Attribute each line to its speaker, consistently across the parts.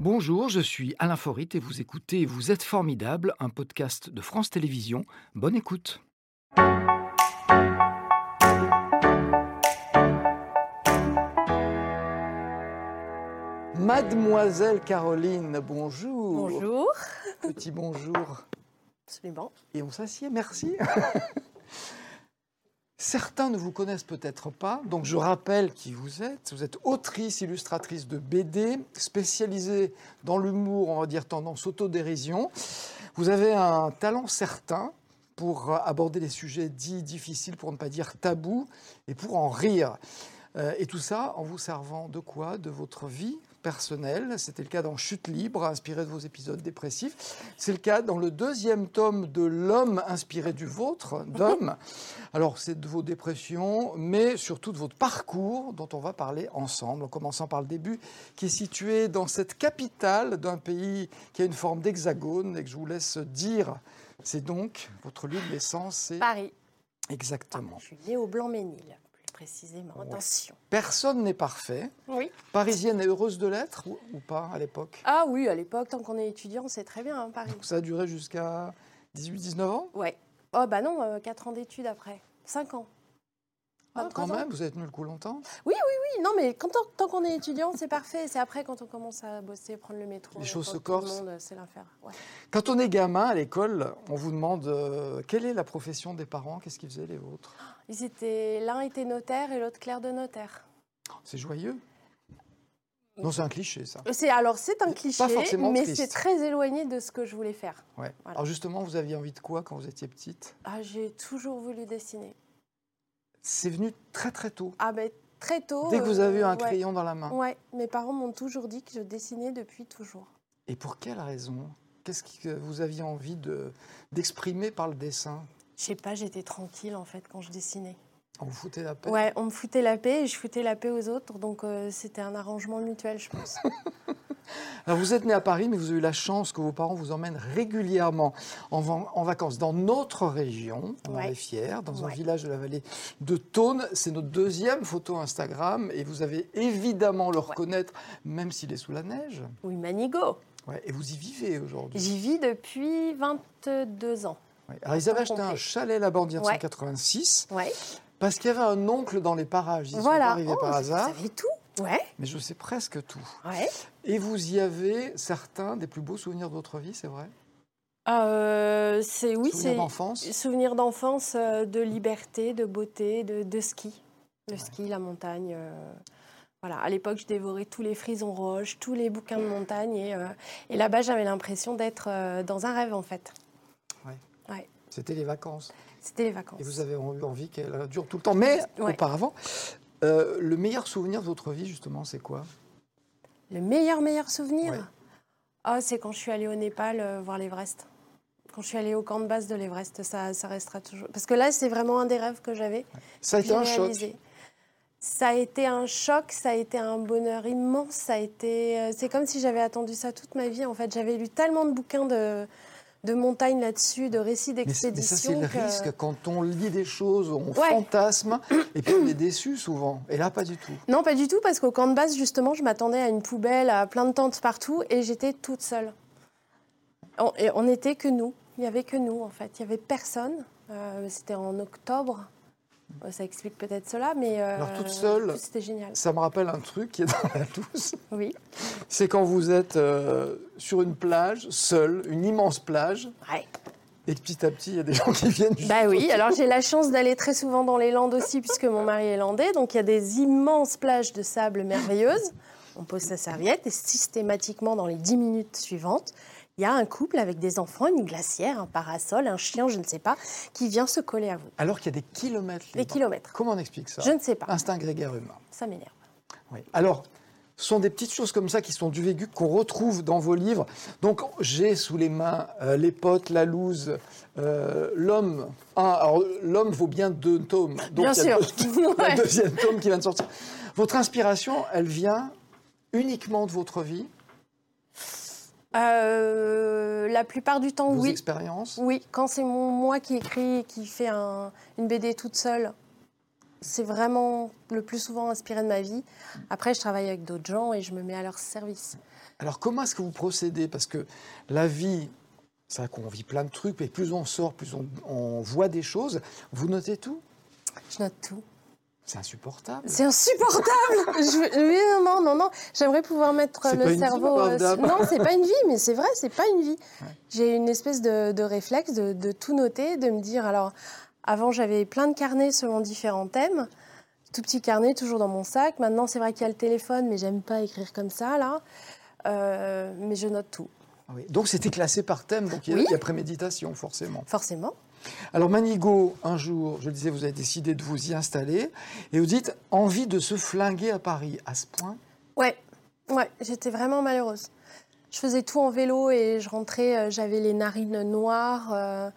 Speaker 1: Bonjour, je suis Alain Forit et vous écoutez Vous êtes formidable, un podcast de France Télévisions. Bonne écoute. Mademoiselle Caroline, bonjour.
Speaker 2: Bonjour.
Speaker 1: Petit bonjour.
Speaker 2: Absolument.
Speaker 1: Et on s'assied, merci. Certains ne vous connaissent peut-être pas, donc je rappelle qui vous êtes. Vous êtes autrice, illustratrice de BD, spécialisée dans l'humour, on va dire tendance autodérision. Vous avez un talent certain pour aborder les sujets dits difficiles, pour ne pas dire tabous, et pour en rire. Euh, et tout ça en vous servant de quoi De votre vie personnelle. C'était le cas dans Chute libre, inspiré de vos épisodes dépressifs. C'est le cas dans le deuxième tome de L'homme inspiré du vôtre, d'homme. Alors, c'est de vos dépressions, mais surtout de votre parcours dont on va parler ensemble, en commençant par le début, qui est situé dans cette capitale d'un pays qui a une forme d'hexagone et que je vous laisse dire. C'est donc votre lieu de naissance, c'est
Speaker 2: Paris.
Speaker 1: exactement.
Speaker 2: Ah, Je suis née au Blanc-Ménil, plus précisément. Attention.
Speaker 1: Personne n'est parfait.
Speaker 2: Oui.
Speaker 1: Parisienne et heureuse de l'être ou, ou pas à l'époque
Speaker 2: Ah oui, à l'époque, tant qu'on est étudiant, c'est très bien, hein, Paris.
Speaker 1: Ça a duré jusqu'à 18-19 ans
Speaker 2: Ouais. Oh bah non, 4 ans d'études après. 5 ans.
Speaker 1: Ah,
Speaker 2: 23
Speaker 1: quand
Speaker 2: ans.
Speaker 1: même, vous avez tenu le coup longtemps.
Speaker 2: Oui, non, mais quand, tant qu'on est étudiant, c'est parfait. C'est après, quand on commence à bosser, prendre le métro.
Speaker 1: Les choses se
Speaker 2: quand tout le
Speaker 1: corsent.
Speaker 2: monde, euh, C'est l'enfer. Ouais.
Speaker 1: Quand on est gamin à l'école, on vous demande euh, quelle est la profession des parents, qu'est-ce qu'ils faisaient les vôtres
Speaker 2: Ils étaient, l'un était notaire et l'autre clerc de notaire.
Speaker 1: C'est joyeux Non, c'est un cliché ça.
Speaker 2: Euh, C'est alors c'est un cliché,
Speaker 1: forcément
Speaker 2: mais
Speaker 1: triste.
Speaker 2: c'est très éloigné de ce que je voulais faire.
Speaker 1: Ouais.
Speaker 2: Voilà.
Speaker 1: Alors justement, vous aviez envie de quoi quand vous étiez petite
Speaker 2: Ah, j'ai toujours voulu dessiner.
Speaker 1: C'est venu très très tôt,
Speaker 2: Ah ben très tôt.
Speaker 1: dès que vous avez eu
Speaker 2: euh,
Speaker 1: un
Speaker 2: ouais.
Speaker 1: crayon dans la main.
Speaker 2: Ouais, mes parents m'ont toujours dit que je dessinais depuis toujours.
Speaker 1: Et pour quelle raison Qu'est-ce que vous aviez envie de- d'exprimer par le dessin
Speaker 2: Je sais pas, j'étais tranquille en fait quand je dessinais.
Speaker 1: On vous foutait la paix
Speaker 2: Ouais, on me foutait la paix et je foutais la paix aux autres, donc euh, c'était un arrangement mutuel, je pense.
Speaker 1: Alors vous êtes né à Paris, mais vous avez eu la chance que vos parents vous emmènent régulièrement en, van- en vacances dans notre région, on en
Speaker 2: Ouais.
Speaker 1: est fiers, dans un
Speaker 2: Ouais.
Speaker 1: village de la vallée de Thône. C'est notre deuxième photo Instagram et vous avez évidemment le reconnaître, même s'il est sous la neige.
Speaker 2: oui, Manigo.
Speaker 1: Ouais, et vous y vivez aujourd'hui.
Speaker 2: J'y vis depuis 22 ans.
Speaker 1: Ouais. Alors ils avaient acheté un
Speaker 2: compris.
Speaker 1: chalet là-bas en 1986
Speaker 2: Ouais.
Speaker 1: parce qu'il y avait un oncle dans les parages. Ils ne sont pas
Speaker 2: voilà.
Speaker 1: arrivés
Speaker 2: Oh,
Speaker 1: par
Speaker 2: vous
Speaker 1: hasard,
Speaker 2: savez tout. Ouais.
Speaker 1: mais je sais presque tout.
Speaker 2: Ouais.
Speaker 1: Et vous y avez certains des plus beaux souvenirs de votre vie, c'est vrai
Speaker 2: Euh, c'est oui,
Speaker 1: Souvenirs
Speaker 2: c'est
Speaker 1: d'enfance
Speaker 2: souvenirs d'enfance, euh, de liberté, de beauté, de, de ski, le
Speaker 1: Ouais.
Speaker 2: ski, la montagne. euh, voilà. À l'époque, je dévorais tous les frisons roches, tous les bouquins de montagne, et, euh, et là-bas, j'avais l'impression d'être euh, dans un rêve en fait.
Speaker 1: C'était les vacances.
Speaker 2: C'était les vacances.
Speaker 1: Et vous avez eu envie qu'elle euh, dure tout le temps. Mais
Speaker 2: Ouais.
Speaker 1: auparavant, euh, le meilleur souvenir de votre vie, justement, c'est quoi
Speaker 2: Le meilleur, meilleur souvenir
Speaker 1: Ouais.
Speaker 2: Ah, c'est quand je suis allée au Népal euh, voir l'Everest. Quand je suis allée au camp de base de l'Everest, ça, ça restera toujours. Parce que là, c'est vraiment un des rêves que j'avais.
Speaker 1: Ça a été
Speaker 2: J'ai
Speaker 1: un choc.
Speaker 2: réalisé. Ça a été un choc, ça a été un bonheur immense, ça a été. euh, C'est comme si j'avais attendu ça toute ma vie. En fait, j'avais lu tellement de bouquins de, de montagnes là-dessus, de récits
Speaker 1: Mais, c- mais ça, c'est
Speaker 2: d'expéditions.
Speaker 1: le
Speaker 2: que-
Speaker 1: risque. Quand on lit des choses, on
Speaker 2: Ouais.
Speaker 1: fantasme et puis on est déçu souvent. Et là, pas du tout.
Speaker 2: Non, pas du tout, parce qu'au camp de base, justement, je m'attendais à une poubelle, à plein de tentes partout, et j'étais toute seule. On- et on n'était que nous. Il n'y avait que nous, en fait. Il n'y avait personne. Euh, C'était en octobre. Euh, Ça explique peut-être cela, mais. euh,
Speaker 1: Alors, toute seule
Speaker 2: C'était génial.
Speaker 1: Ça me rappelle un truc qui est dans la douce.
Speaker 2: Oui.
Speaker 1: C'est quand vous êtes euh, sur une plage, seul, une immense plage,
Speaker 2: Ouais.
Speaker 1: et que petit à petit, il y a des gens qui viennent. juste
Speaker 2: Bah oui, alors j'ai la chance d'aller très souvent dans les Landes aussi, puisque mon mari est landais. Donc il y a des immenses plages de sable merveilleuses. On pose sa serviette et systématiquement, dans les 10 minutes suivantes, il y a un couple avec des enfants, une glacière, un parasol, un chien, je ne sais pas, qui vient se coller à vous.
Speaker 1: Alors qu'il y a des kilomètres.
Speaker 2: Des
Speaker 1: libres.
Speaker 2: kilomètres.
Speaker 1: Comment on explique ça
Speaker 2: Je ne sais pas.
Speaker 1: Instinct grégaire humain.
Speaker 2: Ça m'énerve.
Speaker 1: Oui. Alors, ce sont des petites choses comme ça qui sont du vécu, qu'on retrouve dans vos livres. Donc, j'ai sous les mains euh, Les potes, La loose, euh, L'homme. Un. alors, l'homme vaut bien deux tomes. Donc,
Speaker 2: Bien
Speaker 1: il y a
Speaker 2: sûr.
Speaker 1: deux-
Speaker 2: Ouais.
Speaker 1: Le deuxième tome qui vient de sortir. Votre inspiration, elle vient uniquement de votre vie,
Speaker 2: Euh, la plupart du temps,
Speaker 1: vos
Speaker 2: oui.
Speaker 1: expériences
Speaker 2: Oui, quand c'est mon moi qui écrit et qui fait un- une BD toute seule, c'est vraiment le plus souvent inspiré de ma vie. Après, je travaille avec d'autres gens et je me mets à leur service.
Speaker 1: Alors comment est-ce que vous procédez Parce que la vie, c'est vrai qu'on vit plein de trucs, mais plus on sort, plus on, on voit des choses. Vous notez tout
Speaker 2: Je note tout.
Speaker 1: C'est insupportable.
Speaker 2: C'est insupportable. Je- oui, non, non, non, non. J'aimerais pouvoir mettre
Speaker 1: C'est
Speaker 2: le
Speaker 1: pas une vie,
Speaker 2: cerveau.
Speaker 1: madame.
Speaker 2: sur- non, c'est pas une vie, mais c'est vrai, c'est pas une vie. J'ai une espèce de, de réflexe de, de tout noter, de me dire. Alors, avant, j'avais plein de carnets selon différents thèmes. Tout petit carnet, toujours dans mon sac. Maintenant, c'est vrai qu'il y a le téléphone, mais j'aime pas écrire comme ça, là. Euh, mais je note tout,
Speaker 1: Ah oui. Donc c'était classé par thème, donc il y a-
Speaker 2: Oui.
Speaker 1: il y a préméditation forcément.
Speaker 2: forcément.
Speaker 1: Alors Manigo, un jour, je le disais, vous avez décidé de vous y installer et vous dites envie de se flinguer à Paris à ce point.
Speaker 2: Ouais, ouais, j'étais vraiment malheureuse. Je faisais tout en vélo et je rentrais, euh, j'avais les narines noires. euh,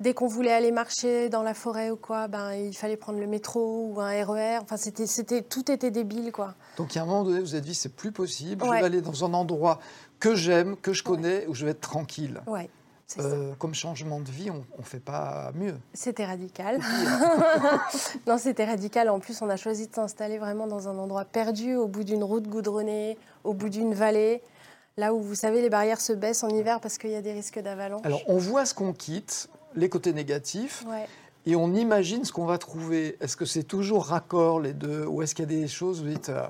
Speaker 2: dès qu'on voulait aller marcher dans la forêt ou quoi, ben il fallait prendre le métro ou un RER. Enfin, c'était, c'était, tout était débile quoi.
Speaker 1: Donc à un moment donné, vous vous êtes dit c'est plus possible, je
Speaker 2: Ouais.
Speaker 1: vais aller dans un endroit que j'aime, que je connais, où je vais être tranquille.
Speaker 2: Ouais, c'est ça.
Speaker 1: Euh, comme changement de vie, on ne fait pas mieux.
Speaker 2: C'était radical. non, c'était radical. En plus, on a choisi de s'installer vraiment dans un endroit perdu, au bout d'une route goudronnée, au bout d'une vallée, là où vous savez les barrières se baissent en hiver parce qu'il y a des risques d'avalanche.
Speaker 1: Alors on voit ce qu'on quitte, les côtés négatifs,
Speaker 2: Ouais.
Speaker 1: et on imagine ce qu'on va trouver. Est-ce que c'est toujours raccord les deux Ou est-ce qu'il y a des choses, où vous dites, euh,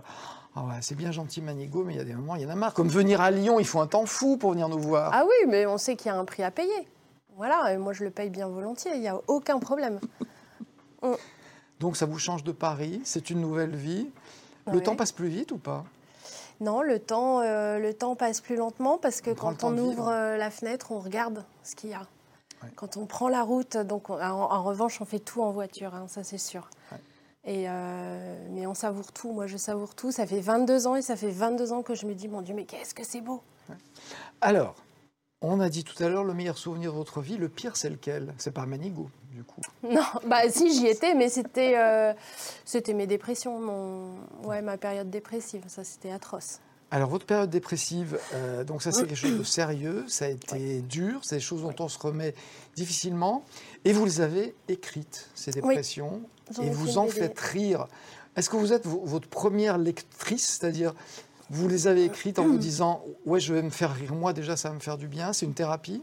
Speaker 1: Ah ouais, c'est bien gentil Manigo, mais il y a des moments, il y en a marre. Comme venir à Lyon, il faut un temps fou pour venir nous voir.
Speaker 2: Ah oui, mais on sait qu'il y a un prix à payer. Voilà, et moi je le paye bien volontiers, il n'y a aucun problème.
Speaker 1: Donc ça vous change de Paris, c'est une nouvelle vie. Le
Speaker 2: Ouais.
Speaker 1: temps passe plus vite ou pas
Speaker 2: Non, le temps, euh, le temps passe plus lentement parce que
Speaker 1: On prend le
Speaker 2: quand
Speaker 1: temps
Speaker 2: on
Speaker 1: de
Speaker 2: ouvre
Speaker 1: vivre.
Speaker 2: euh, la fenêtre, on regarde ce qu'il y a.
Speaker 1: Ouais.
Speaker 2: Quand on prend la route, donc on- en, en revanche, on fait tout en voiture, hein, ça c'est sûr.
Speaker 1: Ouais.
Speaker 2: Et euh, mais on savoure tout, moi je savoure tout. Ça fait 22 ans et ça fait 22 ans que je me dis, mon Dieu, mais qu'est-ce que c'est beau
Speaker 1: Alors, on a dit tout à l'heure, le meilleur souvenir de votre vie, le pire c'est lequel C'est pas Manigo, du coup.
Speaker 2: Non, bah si j'y étais, mais c'était euh, c'était mes dépressions, mon, ouais, ma période dépressive, ça c'était atroce.
Speaker 1: Alors, votre période dépressive, euh, donc ça c'est quelque chose de sérieux, ça a été dur, c'est des choses dont on se remet difficilement, et vous les avez écrites, ces dépressions,
Speaker 2: J'en
Speaker 1: et
Speaker 2: ai fait
Speaker 1: vous
Speaker 2: une
Speaker 1: en
Speaker 2: BD.
Speaker 1: faites rire. Est-ce que vous êtes vo- votre première lectrice, c'est-à-dire vous les avez écrites en vous disant « ouais, je vais me faire rire moi, déjà ça va me faire du bien, c'est une thérapie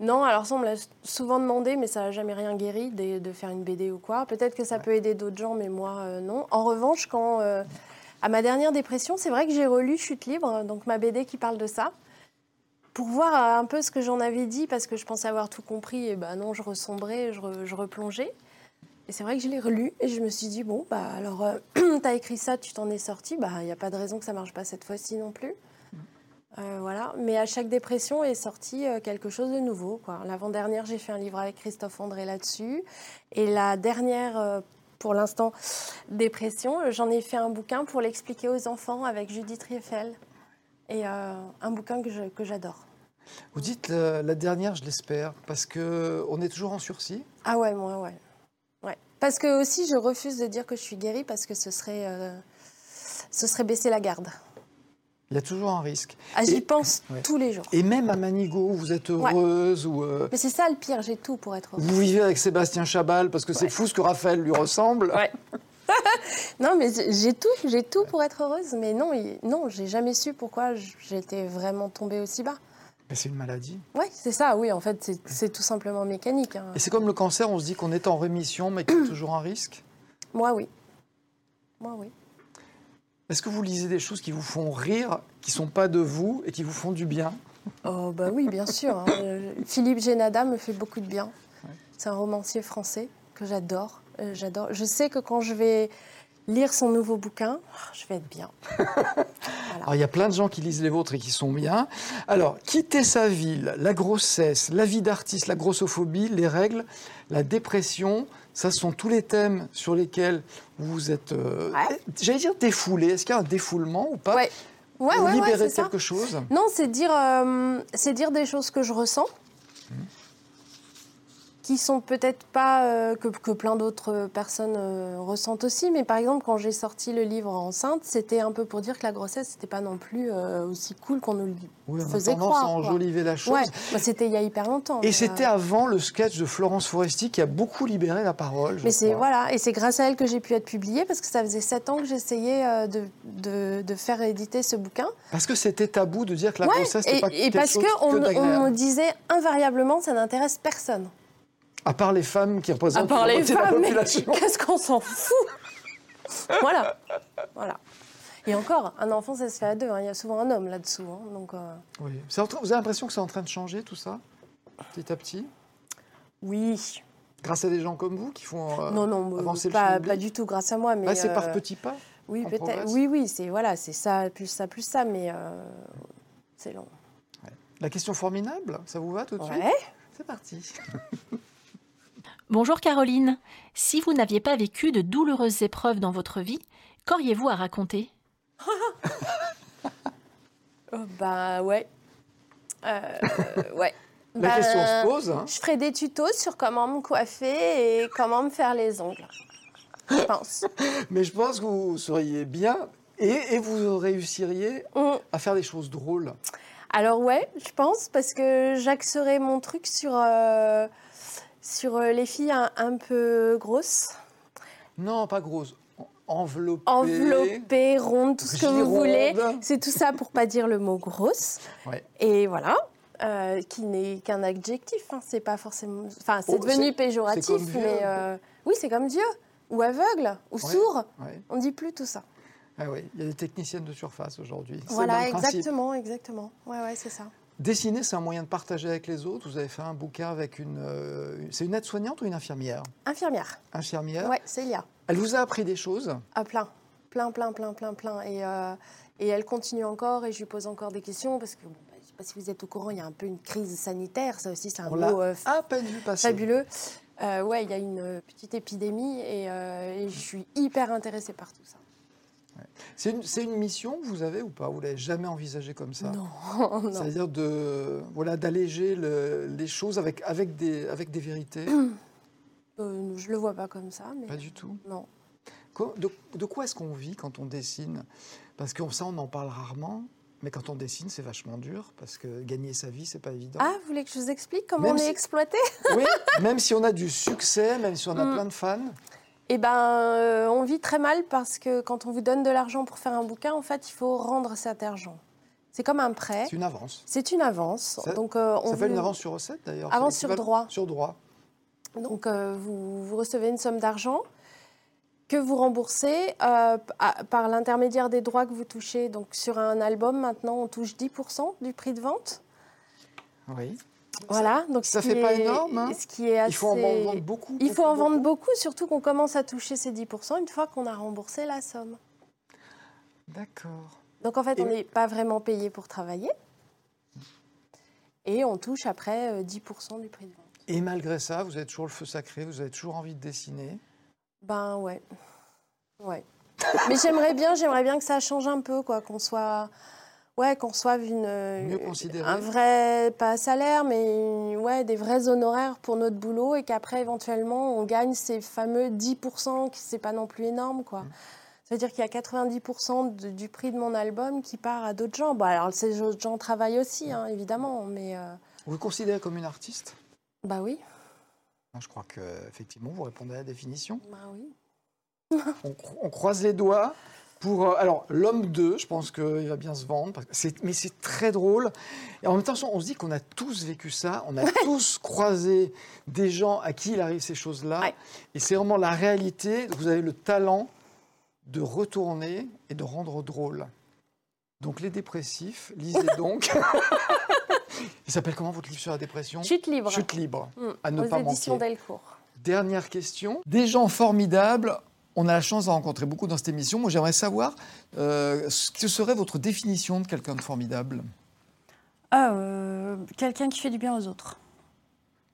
Speaker 2: Non, alors ça, on me l'a souvent demandé, mais ça n'a jamais rien guéri de, de faire une BD ou quoi. Peut-être que ça peut aider d'autres gens, mais moi, euh, non. En revanche, quand, euh, à ma dernière dépression, c'est vrai que j'ai relu Chute libre, donc ma BD qui parle de ça, pour voir euh, un peu ce que j'en avais dit, parce que je pensais avoir tout compris, et ben non, je ressombrais, je, re- je replongeais. Et c'est vrai que je l'ai relu, et je me suis dit, bon, bah alors, euh, t'as écrit ça, tu t'en es sorti, bah il n'y a pas de raison que ça marche pas cette fois-ci non plus. Euh, voilà, mais à chaque dépression est sorti euh, quelque chose de nouveau. quoi. L'avant-dernière, j'ai fait un livre avec Christophe André là-dessus. Et la dernière, euh, pour l'instant, dépression, euh, j'en ai fait un bouquin pour l'expliquer aux enfants avec Judith Rieffel. Et euh, un bouquin que je- que j'adore.
Speaker 1: Vous dites euh, la dernière, je l'espère, parce que on est toujours en sursis.
Speaker 2: Ah ouais, moi, ouais. ouais. Parce que aussi, je refuse de dire que je suis guérie parce que ce serait, euh, ce serait baisser la garde.
Speaker 1: Il y a toujours un risque.
Speaker 2: Ah, J'y
Speaker 1: Et-
Speaker 2: pense
Speaker 1: ouais.
Speaker 2: tous les jours.
Speaker 1: Et même à Manigo, vous êtes heureuse ou euh,
Speaker 2: Mais c'est ça le pire, j'ai tout pour être heureuse.
Speaker 1: vous vivez avec Sébastien Chabal parce que c'est
Speaker 2: Ouais.
Speaker 1: fou ce que Raphaël lui ressemble.
Speaker 2: Ouais. non, mais j'ai- j'ai tout, j'ai tout pour être heureuse. Mais non, il- non, j'ai jamais su pourquoi j- j'étais vraiment tombée aussi bas.
Speaker 1: Mais c'est une maladie.
Speaker 2: Oui, c'est ça. Oui, en fait, c'est- c'est tout simplement mécanique. hein.
Speaker 1: Et c'est comme le cancer, on se dit qu'on est en rémission, mais qu'il y a toujours un risque.
Speaker 2: Moi, oui. Moi, oui.
Speaker 1: Est-ce que vous lisez des choses qui vous font rire, qui sont pas de vous et qui vous font du bien
Speaker 2: Oh bah oui, bien sûr. hein. Euh, Philippe Génada me fait beaucoup de bien. C'est un romancier français que j'adore. Euh, j'adore. Je sais que quand je vais lire son nouveau bouquin, ah, je vais être bien.
Speaker 1: Alors Ah, il y a plein de gens qui lisent les vôtres et qui sont bien. Alors quitter sa ville, la grossesse, la vie d'artiste, la grossophobie, les règles, la dépression, ça ce sont tous les thèmes sur lesquels vous vous êtes, euh,
Speaker 2: Ouais.
Speaker 1: j'allais dire défoulé. Est-ce qu'il y a un défoulement ou pas
Speaker 2: Ouais. Ouais,
Speaker 1: Vous
Speaker 2: ouais, ouais,
Speaker 1: libérez
Speaker 2: c'est ça.
Speaker 1: quelque chose
Speaker 2: Non, c'est dire, euh, c'est dire des choses que je ressens. qui sont peut-être pas euh, que, que plein d'autres personnes euh, ressentent aussi, mais par exemple quand j'ai sorti le livre enceinte, c'était un peu pour dire que la grossesse c'était pas non plus euh, aussi cool qu'on nous le
Speaker 1: Oui, on a
Speaker 2: faisait
Speaker 1: tendance
Speaker 2: croire.
Speaker 1: à
Speaker 2: quoi.
Speaker 1: enjoliver la chose.
Speaker 2: Ouais, bah, c'était il y a hyper longtemps. mais,
Speaker 1: Et c'était
Speaker 2: euh,
Speaker 1: avant le sketch de Florence Foresti qui a beaucoup libéré la parole. je
Speaker 2: Mais c'est
Speaker 1: crois.
Speaker 2: voilà, et c'est grâce à elle que j'ai pu être publiée parce que ça faisait sept ans que j'essayais euh, de, de, de faire éditer ce bouquin.
Speaker 1: Parce que c'était tabou de dire que la
Speaker 2: Ouais,
Speaker 1: grossesse
Speaker 2: et,
Speaker 1: n'est pas
Speaker 2: et
Speaker 1: quelque
Speaker 2: parce
Speaker 1: chose
Speaker 2: que on,
Speaker 1: que
Speaker 2: me- on
Speaker 1: d'agréable.
Speaker 2: me disait invariablement ça n'intéresse personne.
Speaker 1: À part les femmes qui représentent
Speaker 2: À part
Speaker 1: la
Speaker 2: les
Speaker 1: moitié de la
Speaker 2: femmes, mais
Speaker 1: population.
Speaker 2: qu'est-ce qu'on s'en fout Voilà, voilà. Et encore, un enfant, ça se fait à deux. hein. Il y a souvent un homme là-dessous. hein. Donc euh,
Speaker 1: Oui. C'est en train- Vous avez l'impression que c'est en train de changer tout ça, petit à petit,
Speaker 2: oui,
Speaker 1: grâce à des gens comme vous qui font. euh,
Speaker 2: non, non,
Speaker 1: avancer le chemin
Speaker 2: pas,
Speaker 1: de
Speaker 2: pas
Speaker 1: vie.
Speaker 2: du tout grâce à moi, mais
Speaker 1: bah, c'est par
Speaker 2: euh,
Speaker 1: petits pas.
Speaker 2: oui,
Speaker 1: on
Speaker 2: peut-être.
Speaker 1: progresse.
Speaker 2: Oui, oui, c'est voilà, c'est ça, plus ça, plus ça, mais euh, c'est long.
Speaker 1: La question formidable, ça vous va tout de suite
Speaker 2: Ouais.
Speaker 1: C'est parti.
Speaker 3: Bonjour Caroline. Si vous n'aviez pas vécu de douloureuses épreuves dans votre vie, qu'auriez-vous à raconter
Speaker 2: Oh, bah ouais. Euh, ouais.
Speaker 1: La
Speaker 2: Bah,
Speaker 1: question se pose. hein.
Speaker 2: Je ferai des tutos sur comment me coiffer et comment me faire les ongles. Je pense.
Speaker 1: Mais je pense que vous seriez bien et, et vous réussiriez
Speaker 2: On-
Speaker 1: à faire des choses drôles.
Speaker 2: Alors ouais, je pense parce que j'axerai mon truc sur euh, sur euh, les filles un, un peu grosses,
Speaker 1: Non, pas grosses. En- Enveloppées.
Speaker 2: enveloppées, rondes, tout ce que vous voulez.
Speaker 1: girondes.
Speaker 2: C'est tout ça pour pas dire le mot grosse.
Speaker 1: Ouais.
Speaker 2: Et voilà. euh, qui n'est qu'un adjectif, hein, c'est pas forcément. Enfin, c'est
Speaker 1: Oh,
Speaker 2: devenu
Speaker 1: c'est-
Speaker 2: péjoratif,
Speaker 1: c'est comme vieux.
Speaker 2: mais euh, oui, c'est comme Dieu, ou aveugle, ou
Speaker 1: Ouais.
Speaker 2: sourd,
Speaker 1: Ouais.
Speaker 2: on dit plus tout ça.
Speaker 1: Ah oui, il y a des techniciennes de surface aujourd'hui. C'est le
Speaker 2: Voilà,
Speaker 1: même principe.
Speaker 2: exactement, exactement. Ouais, ouais, c'est ça.
Speaker 1: Dessiner, c'est un moyen de partager avec les autres. Vous avez fait un bouquin avec une. euh, une- c'est une aide-soignante ou une infirmière
Speaker 2: Infirmière.
Speaker 1: Infirmière.
Speaker 2: Ouais, Célia.
Speaker 1: Elle vous a appris des choses.
Speaker 2: À Ah, plein. Plein, plein, plein, plein, plein. Et, euh, et elle continue encore et je lui pose encore des questions parce que, bon, bah, je sais pas si vous êtes au courant, il y a un peu une crise sanitaire. Ça aussi, c'est un
Speaker 1: On l'a Ah,
Speaker 2: mot euh,
Speaker 1: à peine vu passer.
Speaker 2: fabuleux. Euh, ouais, il y a une euh, petite épidémie et, euh, et je suis hyper intéressée par tout ça.
Speaker 1: C'est une, c'est une mission que vous avez ou pas Vous l'avez jamais envisagé comme ça
Speaker 2: Non, non.
Speaker 1: C'est-à-dire de voilà d'alléger le- les choses avec avec des avec des vérités
Speaker 2: Euh, je le vois pas comme ça, mais
Speaker 1: Pas du tout.
Speaker 2: non.
Speaker 1: Quoi- De, de quoi est-ce qu'on vit quand on dessine Parce que ça, on en parle rarement, mais quand on dessine, c'est vachement dur parce que gagner sa vie, c'est pas évident.
Speaker 2: Ah, vous voulez que je vous explique comment
Speaker 1: Même
Speaker 2: on est
Speaker 1: si-
Speaker 2: exploité
Speaker 1: Oui, même si on a du succès, même si on a
Speaker 2: Mm.
Speaker 1: plein de fans.
Speaker 2: Eh ben, euh, on vit très mal parce que quand on vous donne de l'argent pour faire un bouquin, en fait, il faut rendre cet argent. C'est comme un prêt.
Speaker 1: C'est une avance.
Speaker 2: C'est une avance.
Speaker 1: Ça-
Speaker 2: Donc, euh, on
Speaker 1: Ça s'appelle
Speaker 2: vous-
Speaker 1: une avance sur recette d'ailleurs.
Speaker 2: Avance
Speaker 1: C'est
Speaker 2: sur
Speaker 1: l'équivalent-
Speaker 2: droit.
Speaker 1: Sur droit.
Speaker 2: Donc, euh, vous, vous recevez une somme d'argent que vous remboursez euh, p- à- par l'intermédiaire des droits que vous touchez. Donc, sur un album, maintenant, on touche 10% du prix de vente.
Speaker 1: Oui.
Speaker 2: Voilà. Donc,
Speaker 1: ça
Speaker 2: ce
Speaker 1: fait
Speaker 2: qui
Speaker 1: pas
Speaker 2: est-
Speaker 1: énorme, hein.
Speaker 2: Ce qui est assez...
Speaker 1: Il faut en vendre beaucoup.
Speaker 2: Ah, Il
Speaker 1: beaucoup,
Speaker 2: faut en vendre
Speaker 1: beaucoup.
Speaker 2: beaucoup, surtout qu'on commence à toucher ces 10% une fois qu'on a remboursé la somme.
Speaker 1: D'accord.
Speaker 2: Donc en fait,
Speaker 1: Et-
Speaker 2: on n'est pas vraiment payé pour travailler. Et on touche après euh, 10% du prix de vente.
Speaker 1: Et malgré ça, vous avez toujours le feu sacré, vous avez toujours envie de dessiner.
Speaker 2: Ben ouais. Ouais. Mais j'aimerais bien, j'aimerais bien que ça change un peu, quoi, qu'on soit. Ouais, qu'on soit une,
Speaker 1: Mieux
Speaker 2: euh,
Speaker 1: considéré.
Speaker 2: un vrai, pas salaire, mais ouais, des vrais honoraires pour notre boulot et qu'après, éventuellement, on gagne ces fameux 10%, qui c'est pas non plus énorme, quoi.
Speaker 1: Mmh.
Speaker 2: Ça veut dire qu'il y a 90% de- du prix de mon album qui part à d'autres gens. Bon, alors ces autres gens travaillent aussi, hein, évidemment, mais... euh,
Speaker 1: Vous vous considérez comme une artiste
Speaker 2: bah oui,
Speaker 1: Hein, Je crois que effectivement, vous répondez à la définition.
Speaker 2: bah oui.
Speaker 1: On, cro- on croise les doigts pour. euh, alors, l'homme 2, je pense qu'il va bien se vendre. parce que c'est- mais c'est très drôle. Et en même temps, on se dit qu'on a tous vécu ça. On a tous croisé des gens à qui il arrive ces choses-là.
Speaker 2: Ouais.
Speaker 1: Et c'est vraiment la réalité. Vous avez le talent de retourner et de rendre drôle. Donc, les dépressifs, lisez donc. il s'appelle comment votre livre sur la dépression
Speaker 2: Chute libre.
Speaker 1: Chute libre.
Speaker 2: Hmm,
Speaker 1: à ne
Speaker 2: aux
Speaker 1: pas
Speaker 2: éditions
Speaker 1: manquer.
Speaker 2: Delcourt.
Speaker 1: Dernière question. Des gens formidables, on a la chance d'en rencontrer beaucoup dans cette émission. Moi, j'aimerais savoir euh, ce que serait votre définition de quelqu'un de formidable.
Speaker 4: Ah, euh, quelqu'un qui fait du bien aux autres.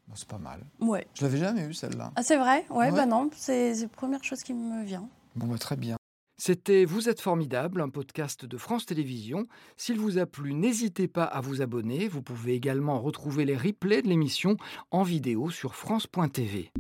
Speaker 1: Bon, C'est pas mal.
Speaker 4: Ouais.
Speaker 1: Je l'avais jamais eu, celle-là.
Speaker 4: Ah, c'est vrai Ouais,
Speaker 1: Ouais.
Speaker 4: bah non, c'est c'est la première chose qui me vient.
Speaker 1: Bon, bah, très bien. C'était Vous êtes formidable, un podcast de France Télévisions. S'il vous a plu, n'hésitez pas à vous abonner. Vous pouvez également retrouver les replays de l'émission en vidéo sur France.tv.